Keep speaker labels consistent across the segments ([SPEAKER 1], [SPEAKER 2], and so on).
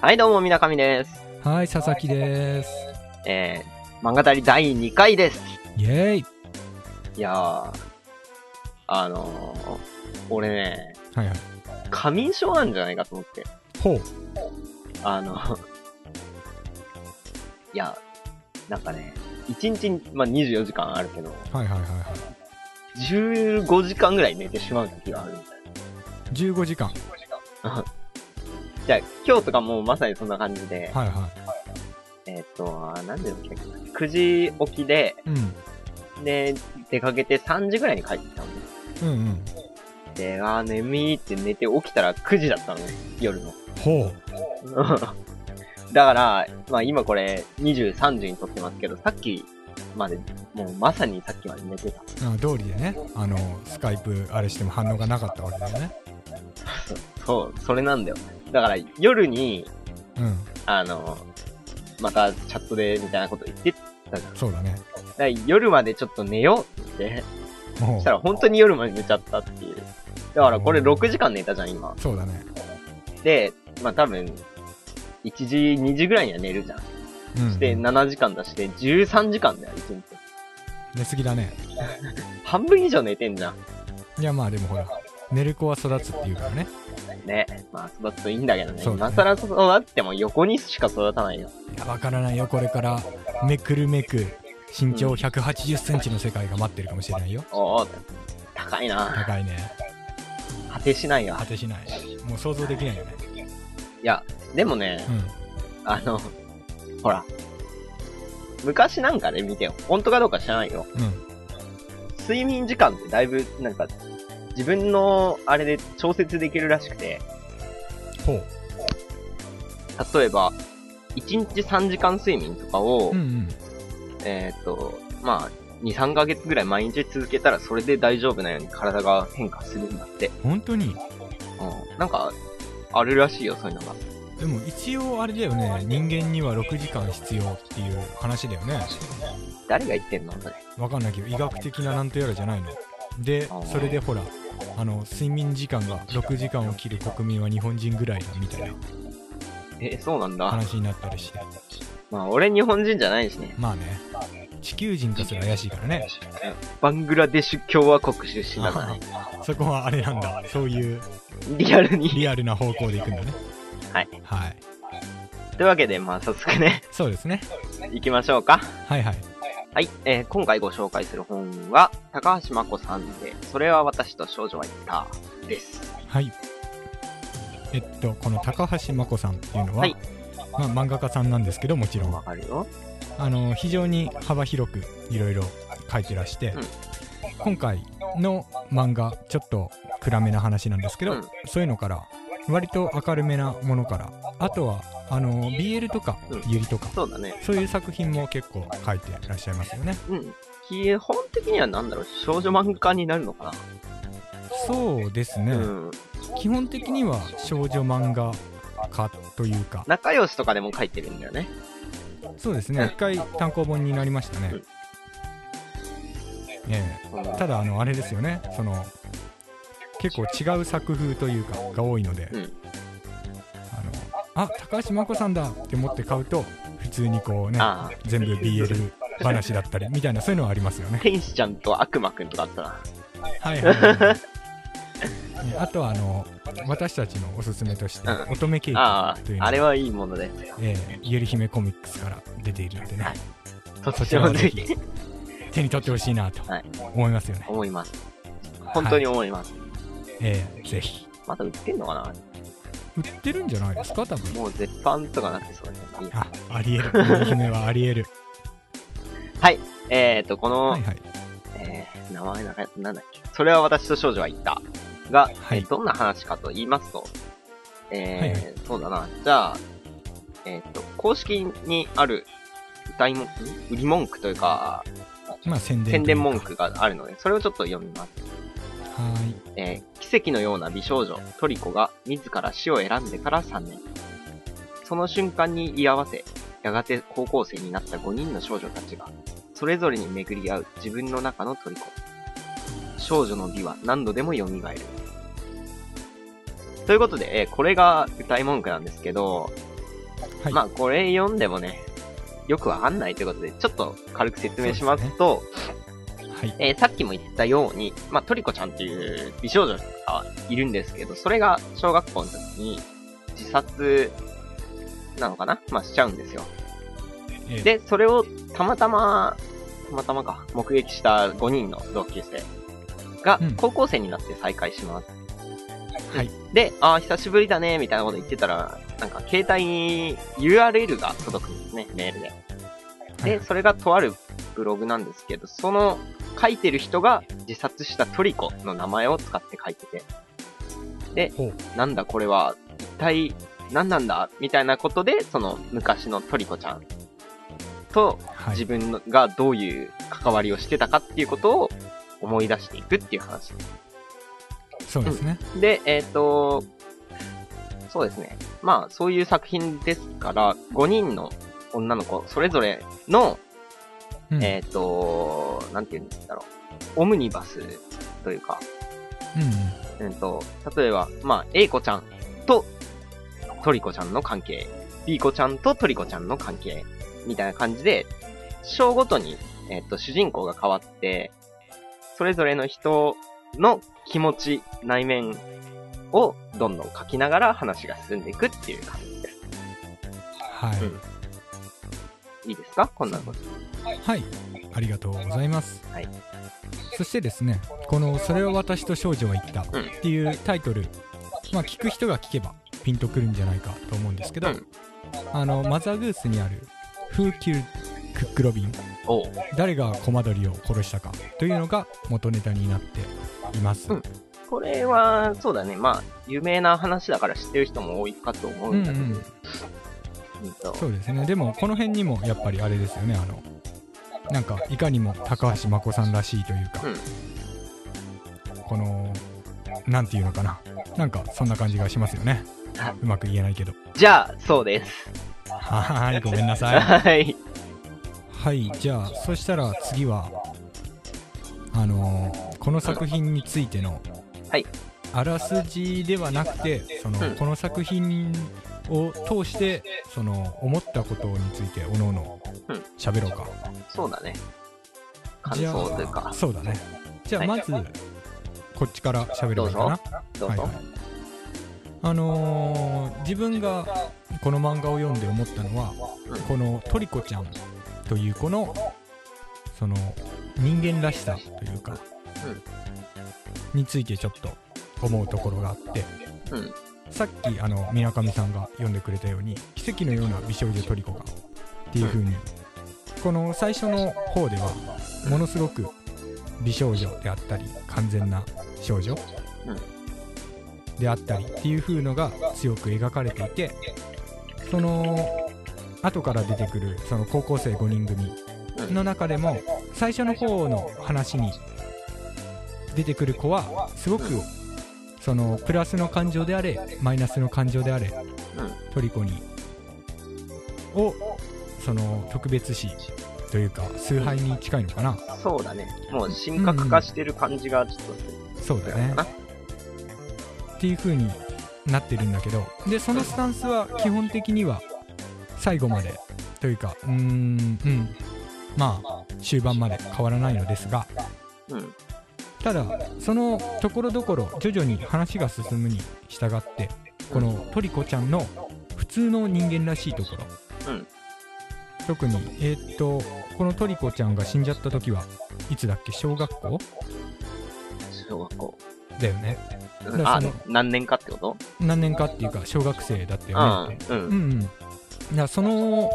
[SPEAKER 1] はい、どうも、みなかみです。
[SPEAKER 2] はい、佐々木です。
[SPEAKER 1] えー、漫画たり第2回です。
[SPEAKER 2] イェーイ
[SPEAKER 1] いやー、あのー、俺ね、
[SPEAKER 2] はいはい。
[SPEAKER 1] 過眠症なんじゃないかと思って。
[SPEAKER 2] ほう。
[SPEAKER 1] あの、いや、なんかね、1日に、まあ、24時間あるけど、
[SPEAKER 2] はいはいはいはい。
[SPEAKER 1] 15時間ぐらい寝てしまう時があるみたい
[SPEAKER 2] 15時間。
[SPEAKER 1] な。 じゃあ、今日とかもうまさにそんな感じで、
[SPEAKER 2] はいはい。
[SPEAKER 1] えーっと、あー何時起きたっけな ?9 時起きで、
[SPEAKER 2] うん。
[SPEAKER 1] で、出かけて3時ぐらいに帰ってきたんです。
[SPEAKER 2] うんうん。
[SPEAKER 1] で、あー眠いって寝て起きたら9時だったのね、夜の。
[SPEAKER 2] ほ
[SPEAKER 1] だから、まあ今これ23時に撮ってますけど、さっきまで、もうまさにさっきまで寝てた。
[SPEAKER 2] う。あ通りでね、あの、スカイプあれしても反応がなかったわけだよね。
[SPEAKER 1] そう、それなんだよ。だから夜に、
[SPEAKER 2] うん。
[SPEAKER 1] あの、またチャットでみたいなこと言ってたじゃん。だ
[SPEAKER 2] そうだね。
[SPEAKER 1] から夜までちょっと寝ようって、
[SPEAKER 2] ほ
[SPEAKER 1] そうした。ら本当に夜まで寝ちゃったっていう。だからこれ6時間寝たじゃん、今。
[SPEAKER 2] そうだね。
[SPEAKER 1] で、まあ多分、1時、2時ぐらいには寝るじゃん。
[SPEAKER 2] うん。
[SPEAKER 1] して7時間出して13時間だよ、一日。
[SPEAKER 2] 寝すぎだね。
[SPEAKER 1] 半分以上寝てんじゃん。
[SPEAKER 2] いやまあでもほら、寝る子は育つっていうからね。
[SPEAKER 1] ね。まあ、育つといいんだけどね。
[SPEAKER 2] そうだ
[SPEAKER 1] 今
[SPEAKER 2] ね
[SPEAKER 1] 更育っても横にしか育たないよ。
[SPEAKER 2] いや、わからないよ、これから。めくるめく、身長180センチの世界が待ってるかもしれないよ。
[SPEAKER 1] おお、高いな。
[SPEAKER 2] 高いね。
[SPEAKER 1] 果てしないよ
[SPEAKER 2] 果。てしない。もう想像できないよね。
[SPEAKER 1] いや、でもね
[SPEAKER 2] う、ん。
[SPEAKER 1] あの、ほら。昔なんかで見てよ。本当かどうか知らないよ。
[SPEAKER 2] うん。
[SPEAKER 1] 睡眠時間ってだいぶ、なんか、自分の、あれで調節できるらしくて、
[SPEAKER 2] ほう。
[SPEAKER 1] 例えば、1日3時間睡眠とかを、
[SPEAKER 2] うんうん。
[SPEAKER 1] えーっ、と、まあ、2、3ヶ月ぐらい毎日続けたらそれで大丈夫なように体が変化するんだって。
[SPEAKER 2] 本当に
[SPEAKER 1] うん。なんか、あるらしいよ、そういうのが。
[SPEAKER 2] でも一応あれだよね人間には6時間必要っていう話だよね
[SPEAKER 1] 誰が言ってんのそれ。
[SPEAKER 2] わかんないけど医学的ななんとやらじゃないのでそれでほらあの睡眠時間が6時間を切る国民は日本人ぐらいだみたいな
[SPEAKER 1] え、そうなんだ。
[SPEAKER 2] 話になったりして
[SPEAKER 1] まあ、俺日本人じゃないしね。
[SPEAKER 2] まあね地球人とすら怪しいからね
[SPEAKER 1] バングラデシュ共和国出身だからね。
[SPEAKER 2] そこはあれなんだそういう
[SPEAKER 1] リアルに。
[SPEAKER 2] リアルな方向でいくんだね
[SPEAKER 1] はい、
[SPEAKER 2] はい、
[SPEAKER 1] というわけで、まあ、早速ね、
[SPEAKER 2] そうですね
[SPEAKER 1] 行きましょうか。
[SPEAKER 2] はいはい
[SPEAKER 1] はい。えー今回ご紹介する本は、高橋真子さんで、それは私と少女は言った、です。
[SPEAKER 2] はい。えっと、この高橋真子さんっていうのは、
[SPEAKER 1] はい
[SPEAKER 2] まあ、漫画家さんなんですけどもちろ
[SPEAKER 1] わ
[SPEAKER 2] ん
[SPEAKER 1] かるよ。
[SPEAKER 2] あの非常に幅広くいろいろ書いてらして、
[SPEAKER 1] うん
[SPEAKER 2] 今回の漫画ちょっと暗めな話なんですけど、
[SPEAKER 1] うん
[SPEAKER 2] そういうのから割と明るめなものからあとはあの BL とか
[SPEAKER 1] うん
[SPEAKER 2] ユリとか、
[SPEAKER 1] そうだね。
[SPEAKER 2] そういう作品も結構書いてらっしゃいますよね。
[SPEAKER 1] うん。基本的にはなんだろう、少女漫画家になるのか
[SPEAKER 2] そうです
[SPEAKER 1] な、
[SPEAKER 2] ね、
[SPEAKER 1] うん。
[SPEAKER 2] 基本的には少女漫画家というか
[SPEAKER 1] 仲良しとかでも書いてるんだよね。
[SPEAKER 2] そうですね、一回単行本になりましたね
[SPEAKER 1] うん。
[SPEAKER 2] え
[SPEAKER 1] うん
[SPEAKER 2] えただあの、あれですよね、その結構違う作風というか、が多いので、
[SPEAKER 1] うん
[SPEAKER 2] あのあ高橋真子さんだって思って買うと、普通にこうね、
[SPEAKER 1] ああ、
[SPEAKER 2] 全部 BL 話だったりみたいな、そういうのはありますよね。
[SPEAKER 1] 天使ちゃんと悪魔くんとかあったな。
[SPEAKER 2] はいはい はいねあとはあの私たちのおすすめとして、
[SPEAKER 1] うん
[SPEAKER 2] 乙女ケー
[SPEAKER 1] あ
[SPEAKER 2] キという
[SPEAKER 1] あ、あれ
[SPEAKER 2] は、
[SPEAKER 1] はいいものです よ。
[SPEAKER 2] ええゆり姫コミックスから出ているのでね。
[SPEAKER 1] はいと
[SPEAKER 2] そ
[SPEAKER 1] っ
[SPEAKER 2] ち
[SPEAKER 1] て
[SPEAKER 2] ら
[SPEAKER 1] も
[SPEAKER 2] も
[SPEAKER 1] ぜ
[SPEAKER 2] ぜ
[SPEAKER 1] ひ
[SPEAKER 2] ひ 手に取ってほしいなと
[SPEAKER 1] はい
[SPEAKER 2] 思いますよね。
[SPEAKER 1] 思います。本当に思います。
[SPEAKER 2] ええぜひ。
[SPEAKER 1] まだ売ってんのかな
[SPEAKER 2] 売ってるんじゃないですか多分。
[SPEAKER 1] もう絶版とかなってそうですね。いいや
[SPEAKER 2] あ、ありえる。愛媛はあ りえる。
[SPEAKER 1] えーと、この、
[SPEAKER 2] はいはい。
[SPEAKER 1] えー名前なんかなんだっけ。それは私と少女は言った。が、
[SPEAKER 2] はい
[SPEAKER 1] えーどんな話かと言いますと、えー
[SPEAKER 2] はいは
[SPEAKER 1] そうだな。じゃあ、えっ、と、公式にある歌いもん、売り文句というか、
[SPEAKER 2] まあ宣伝。
[SPEAKER 1] 宣伝文。句があるので、それをちょっと読みます。
[SPEAKER 2] はい。
[SPEAKER 1] えー奇跡のような美少女、トリコが自ら死を選んでから3年。その瞬間に居合わせ、やがて高校生になった5人の少女たちが、それぞれに巡り合う自分の中のトリコ。少女の美は何度でも蘇る。ということで、えーこれが歌い文句なんですけど、
[SPEAKER 2] はい
[SPEAKER 1] まあ、これ読んでもね、よくわかんないということで、ちょっと軽く説明しますと、
[SPEAKER 2] はい。
[SPEAKER 1] えーさっきも言ったように、まあ、トリコちゃんっていう美少女がいるんですけど、それが小学校の時に自殺なのかなまあ、しちゃうんですよ。
[SPEAKER 2] えー
[SPEAKER 1] で、それをたまたま、たまたまか、目撃した5人の同級生が
[SPEAKER 2] うん
[SPEAKER 1] 高校生になって再会します。
[SPEAKER 2] はい。
[SPEAKER 1] で、ああ、久しぶりだね、みたいなこと言ってたら、なんか携帯に URL が届くんですね、メールで。
[SPEAKER 2] はい
[SPEAKER 1] で、それがとあるブログなんですけど、その書いてる人が自殺したトリコの名前を使って書いてて、
[SPEAKER 2] ほう
[SPEAKER 1] なんだこれは、一体何なんだみたいなことで、その昔のトリコちゃんと
[SPEAKER 2] は
[SPEAKER 1] 自
[SPEAKER 2] い。
[SPEAKER 1] 分のがどういう関わりをしてたかっていうことを思い出していくっていう話です。
[SPEAKER 2] そうですね。
[SPEAKER 1] で、えっ、と、そうですね。まあ、そういう作品ですから、5人の女の子、それぞれの、
[SPEAKER 2] うん
[SPEAKER 1] えっ、と、なんて言うんだろう。オムニバスというか、
[SPEAKER 2] うん
[SPEAKER 1] うんと、例えば、まあ、A 子ちゃんとトリコちゃんの関係、B 子ちゃんとトリコちゃんの関係、みたいな感じで、章ごとに、えっと、主人公が変わって、それぞれの人の気持ち、内面をどんどん書きながら話が進んでいくっていう感じです。
[SPEAKER 2] は
[SPEAKER 1] うんいいですかこんなこと。
[SPEAKER 2] い。はい。ありがとうございます。
[SPEAKER 1] はい
[SPEAKER 2] そしてですね、この「それを私と少女は言った」
[SPEAKER 1] うん
[SPEAKER 2] っていうタイトル、まあ、聞く人が聞けばピンとくるんじゃないかと思うんですけど、
[SPEAKER 1] うん
[SPEAKER 2] あのマザーグースにある「フーキルクックロビン」
[SPEAKER 1] おう。
[SPEAKER 2] 誰がコマドリを殺したかというのが元ネタになっています、
[SPEAKER 1] うんこれは、そうだね。まあ、有名な話だから知ってる人も多いかと思うんだけど。
[SPEAKER 2] うんうん
[SPEAKER 1] うんと
[SPEAKER 2] そうですねでもこの辺にもやっぱりあれですよねあのなんかいかにも高橋真子さんらしいというか、このなんていうのかななんかそんな感じがしますよね
[SPEAKER 1] はいう
[SPEAKER 2] まく言えないけど
[SPEAKER 1] じゃあ、そうです。
[SPEAKER 2] はーいごめんなさ い
[SPEAKER 1] はい。
[SPEAKER 2] はいじゃあそしたら次はあのーこの作品についての、
[SPEAKER 1] はい
[SPEAKER 2] あらすじではなくてその、
[SPEAKER 1] うん
[SPEAKER 2] この作品を通してその思ったことについておのおの
[SPEAKER 1] うん
[SPEAKER 2] 喋ろうか、
[SPEAKER 1] そうだね。感
[SPEAKER 2] じゃ
[SPEAKER 1] 想という
[SPEAKER 2] あ
[SPEAKER 1] か、
[SPEAKER 2] そうだねじゃあ
[SPEAKER 1] はい
[SPEAKER 2] まず、こっちから喋ればいいかな
[SPEAKER 1] どうぞ。
[SPEAKER 2] はいはいあのー自分がこの漫画を読んで思ったのは、
[SPEAKER 1] うん
[SPEAKER 2] このトリコちゃんという子のその人間らしさというか、についてちょっと思うところがあって
[SPEAKER 1] うん。
[SPEAKER 2] さっきあの水上さんが読んでくれたように奇跡のような美少女トリコがっていう風に、この最初の方ではものすごく美少女であったり完全な少女
[SPEAKER 1] うん
[SPEAKER 2] であったりっていう風のが強く描かれていてその後から出てくるその高校生5人組
[SPEAKER 1] うん。
[SPEAKER 2] の中でも最初の方の話に出てくる子はすごくそのプラスの感情であれマイナスの感情であれ
[SPEAKER 1] う。
[SPEAKER 2] トリコにをその特別視というか崇拝に近いのかなん
[SPEAKER 1] そうだね。もう、神格化してる感じがちょっとする
[SPEAKER 2] そうだね
[SPEAKER 1] かな。
[SPEAKER 2] っていう風になってるんだけどでそのスタンスは基本的には最後までというかうーんうんまあ終盤まで変わらないのですが
[SPEAKER 1] うん。
[SPEAKER 2] ただそのところどころ徐々に話が進むに従ってこのトリコちゃんの普通の人間らしいところ、
[SPEAKER 1] うん
[SPEAKER 2] 特にえーっとこのトリコちゃんが死んじゃった時はいつだっけ小学校
[SPEAKER 1] 小学校。
[SPEAKER 2] だよね
[SPEAKER 1] うんあ
[SPEAKER 2] その、
[SPEAKER 1] 何年かってこと
[SPEAKER 2] 何年かっていうか小学生だった
[SPEAKER 1] う
[SPEAKER 2] よね
[SPEAKER 1] ん。う。
[SPEAKER 2] うんんうんだからその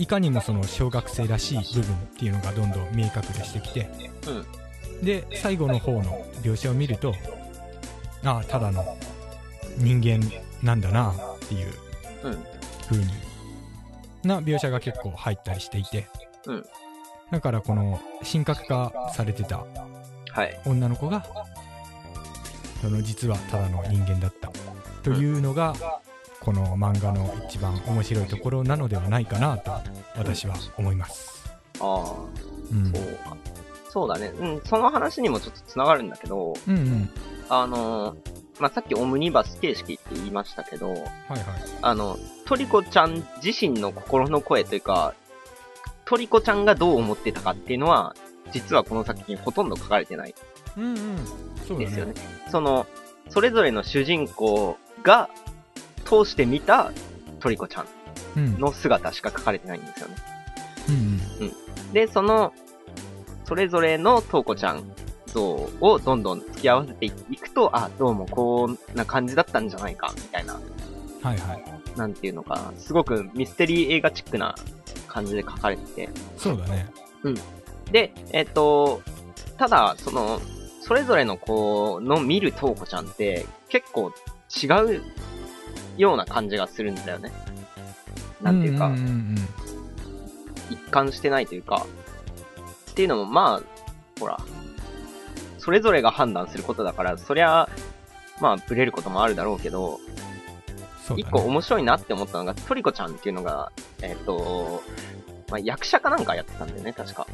[SPEAKER 2] いかにもその小学生らしい部分っていうのがどんどん見え隠れしてきて、で最後の方の描写を見るとああただの人間なんだなっていう
[SPEAKER 1] うん。
[SPEAKER 2] 風にな描写が結構入ったりしていて、
[SPEAKER 1] うん
[SPEAKER 2] だからこの神格化されてた
[SPEAKER 1] はい。
[SPEAKER 2] 女の子がその実はただの人間だったというのが、この漫画の一番面白いところなのではないかなと私は思います。
[SPEAKER 1] ああ、そ
[SPEAKER 2] うん、
[SPEAKER 1] うか。そうだね。うん。その話にもちょっと繋がるんだけど、
[SPEAKER 2] うんうん
[SPEAKER 1] あのーまあ、さっきオムニバス形式って言いましたけど、
[SPEAKER 2] はいはい
[SPEAKER 1] あの、トリコちゃん自身の心の声というか、トリコちゃんがどう思ってたかっていうのは、実はこの作品ほとんど書かれてない
[SPEAKER 2] うんうんそ
[SPEAKER 1] ん
[SPEAKER 2] う
[SPEAKER 1] で
[SPEAKER 2] だ
[SPEAKER 1] すよ
[SPEAKER 2] ね
[SPEAKER 1] ね。その、それぞれの主人公が通して見たトリコちゃん
[SPEAKER 2] うんうん
[SPEAKER 1] の姿しか書かれてないんですよね。
[SPEAKER 2] うん
[SPEAKER 1] で、その、それぞれのトウコちゃん像をどんどん付き合わせていくと、あ、どうもこんな感じだったんじゃないか、みたいな、
[SPEAKER 2] はいはい
[SPEAKER 1] なんていうのかな、すごくミステリー映画チックな感じで書かれてて。
[SPEAKER 2] そうだね
[SPEAKER 1] で、えっと、ただ、その、それぞれの子の見るトウコちゃんって結構違うような感じがするんだよね。なんていうか、
[SPEAKER 2] んんんうん
[SPEAKER 1] 一貫してないというか、っていうのもまあ、ほら、それぞれが判断することだから、そりゃ、まあ、ブレることもあるだろうけど、
[SPEAKER 2] そうだね
[SPEAKER 1] 一個面白いなって思ったのが、トリコちゃんっていうのが、えっ、と、まあ、役者かなんかやってたんだよね、確か。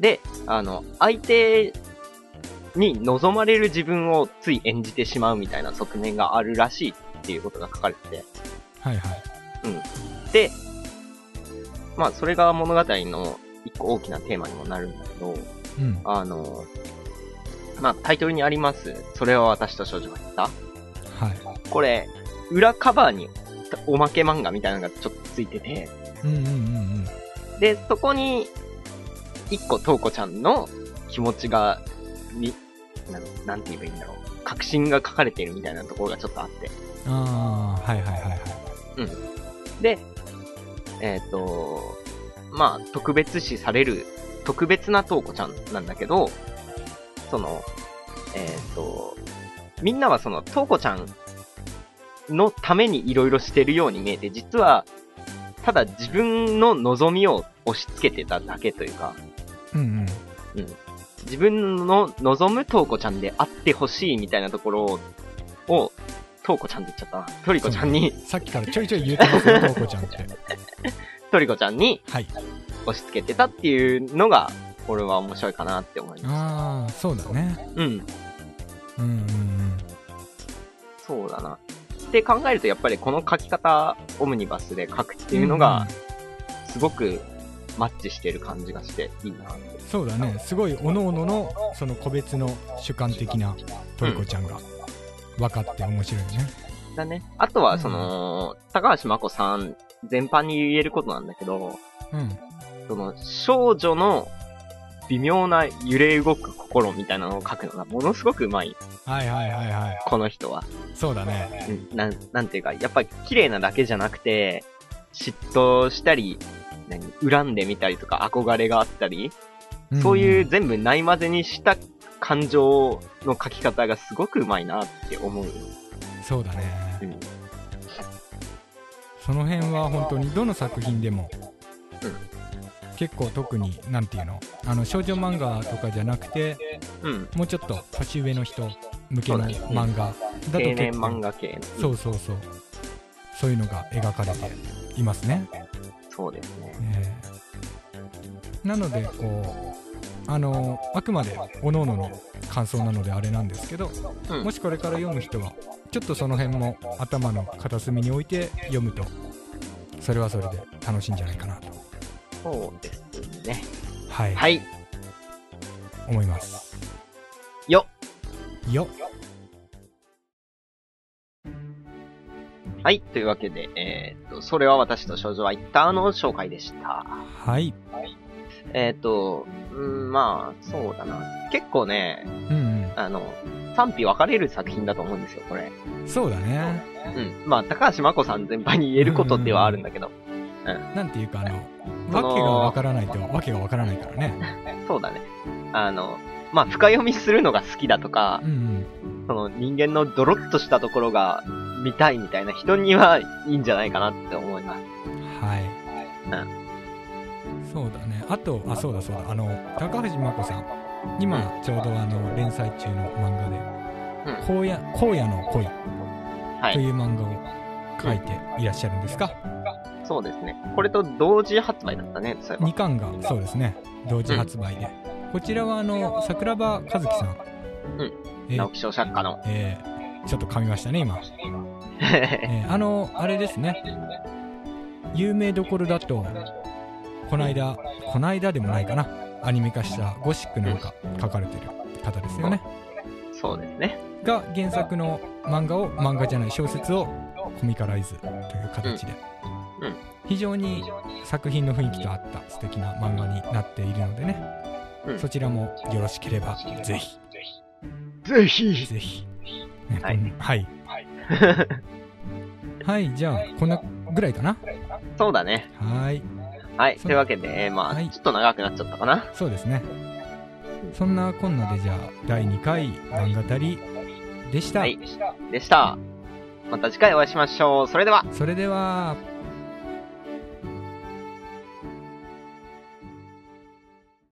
[SPEAKER 1] で、あの、相手に望まれる自分をつい演じてしまうみたいな側面があるらしいっていうことが書かれてて、
[SPEAKER 2] はいはい
[SPEAKER 1] で、まあ、それが物語の一個大きなテーマにもなるんだけど、
[SPEAKER 2] うん
[SPEAKER 1] あの、まあ、タイトルにあります、それは私と少女が言った。
[SPEAKER 2] は
[SPEAKER 1] これ、裏カバーにおまけ漫画みたいなのがちょっとついてて、
[SPEAKER 2] いうんうんうんうん
[SPEAKER 1] で、そこに、一個、とうこちゃんの気持ちが、み、なんなんて言えばいいんだろう。確信が書かれてるみたいなところがちょっとあって。
[SPEAKER 2] ああはいはいはいはい
[SPEAKER 1] で、えっ、と、まあ、特別視される、特別なトウコちゃんなんだけど、その、えっ、と、みんなはその、トウコちゃんのためにいろいろしてるように見えて、実は、ただ自分の望みを押し付けてただけというか、
[SPEAKER 2] うんうん
[SPEAKER 1] 自分の望むトウコちゃんであってほしいみたいなところを、をトウコちゃんって言っちゃったな。トリコちゃんに、
[SPEAKER 2] さっきからちょいちょい言えてますよトウコちゃんって
[SPEAKER 1] トリコちゃんに
[SPEAKER 2] はい
[SPEAKER 1] 押し付けてたっていうのが、俺は面白いかなって思いま
[SPEAKER 2] ああそうだね
[SPEAKER 1] す。うん。
[SPEAKER 2] うんうんうん
[SPEAKER 1] そうだな。って考えると、やっぱりこの書き方、オムニバスで書くっていうのが、すごくマッチしてる感じがして、いいなって。
[SPEAKER 2] そうだねすごいおのののその個別の主観的なトリコちゃんが分かって面白いよね
[SPEAKER 1] だね。あとは、その、高橋真子さん全般に言えることなんだけど、
[SPEAKER 2] うん
[SPEAKER 1] その、少女の微妙な揺れ動く心みたいなのを書くのがものすごくうまい、
[SPEAKER 2] はいはいはいはい
[SPEAKER 1] この人は。
[SPEAKER 2] そうだね
[SPEAKER 1] うん、なん、なんていうか、やっぱり綺麗なだけじゃなくて、嫉妬したり、何、恨んでみたりとか憧れがあったり、そういう全部ない混ぜにした感情の書き方がすごくうまいなって思う。
[SPEAKER 2] そうだね
[SPEAKER 1] うん。
[SPEAKER 2] その辺は本当にどの作品でも、結構特に何ていうのあの少女漫画とかじゃなくて
[SPEAKER 1] うん。
[SPEAKER 2] もうちょっと年上の人向け
[SPEAKER 1] そうだ
[SPEAKER 2] の
[SPEAKER 1] ね
[SPEAKER 2] 漫画だと
[SPEAKER 1] 青
[SPEAKER 2] 結
[SPEAKER 1] 年漫
[SPEAKER 2] 構
[SPEAKER 1] 画系の。
[SPEAKER 2] そううそうそうそういうのが描かれていますね。
[SPEAKER 1] ん。そうですね。
[SPEAKER 2] ねなのでこうあのあくまで各々の感想なのであれなんですけど、
[SPEAKER 1] うん
[SPEAKER 2] もしこれから読む人はちょっとその辺も頭の片隅に置いて読むとそれはそれで楽しいんじゃないかなと、
[SPEAKER 1] そうですね。
[SPEAKER 2] はい
[SPEAKER 1] はい。
[SPEAKER 2] 思います
[SPEAKER 1] よ
[SPEAKER 2] よ
[SPEAKER 1] はい。というわけで、えーっと、それは私と少女は一旦の紹介でした。
[SPEAKER 2] はい
[SPEAKER 1] えーっと、うん、まあ、そうだな。結構ね、
[SPEAKER 2] うん、
[SPEAKER 1] あの、賛否分かれる作品だと思うんですよ、これ。
[SPEAKER 2] うん、そうだね
[SPEAKER 1] うん。まあ、高橋真子さん全般に言えることではあるんだけど。
[SPEAKER 2] なんていうかあの
[SPEAKER 1] その
[SPEAKER 2] わけがわからないとわけがわからないからね
[SPEAKER 1] そうだね。あの、まあ、深読みするのが好きだとか
[SPEAKER 2] う、ん
[SPEAKER 1] その人間のドロッとしたところが見たいみたいな人にはいいんじゃないかなって思います。
[SPEAKER 2] うんはい、そうだねあとあそうだそうだあの高橋真子さん今ちょうどあの連載中の漫画で「荒野荒野の恋」
[SPEAKER 1] は
[SPEAKER 2] と
[SPEAKER 1] い。
[SPEAKER 2] いう漫画を書いていらっしゃるんですか、
[SPEAKER 1] そうですね。これと同時発売だったね、そういえ
[SPEAKER 2] 2巻がそうですね同時発売で、こちらはあの桜庭和樹さん、
[SPEAKER 1] うん
[SPEAKER 2] え
[SPEAKER 1] ば。直
[SPEAKER 2] ー
[SPEAKER 1] 木賞作家の。
[SPEAKER 2] えーちょっと噛みましたね今、えーあのあれですね有名どころだとこないだこないだでもないかなアニメ化したゴシックなんか書かれてる方ですよね
[SPEAKER 1] そうですね。
[SPEAKER 2] が原作の漫画を漫画じゃない小説をコミカライズという形で、
[SPEAKER 1] うんうん
[SPEAKER 2] 非常に作品の雰囲気と合った素敵な漫画になっているのでね、
[SPEAKER 1] うん
[SPEAKER 2] そちらもよろしければぜひ
[SPEAKER 1] ぜひ
[SPEAKER 2] ぜひ、ね
[SPEAKER 1] はい
[SPEAKER 2] こん はい、はい、じゃあこんなぐらいかな
[SPEAKER 1] そうだね。
[SPEAKER 2] はい
[SPEAKER 1] はい。
[SPEAKER 2] そう
[SPEAKER 1] というわけで、えーまあ、
[SPEAKER 2] はい
[SPEAKER 1] ちょっと長くなっちゃったかな。
[SPEAKER 2] そうですねそんなこんなでじゃあ第2回漫画たりでした、
[SPEAKER 1] はい。でした。また次回お会いしましょう。それでは。
[SPEAKER 2] それでは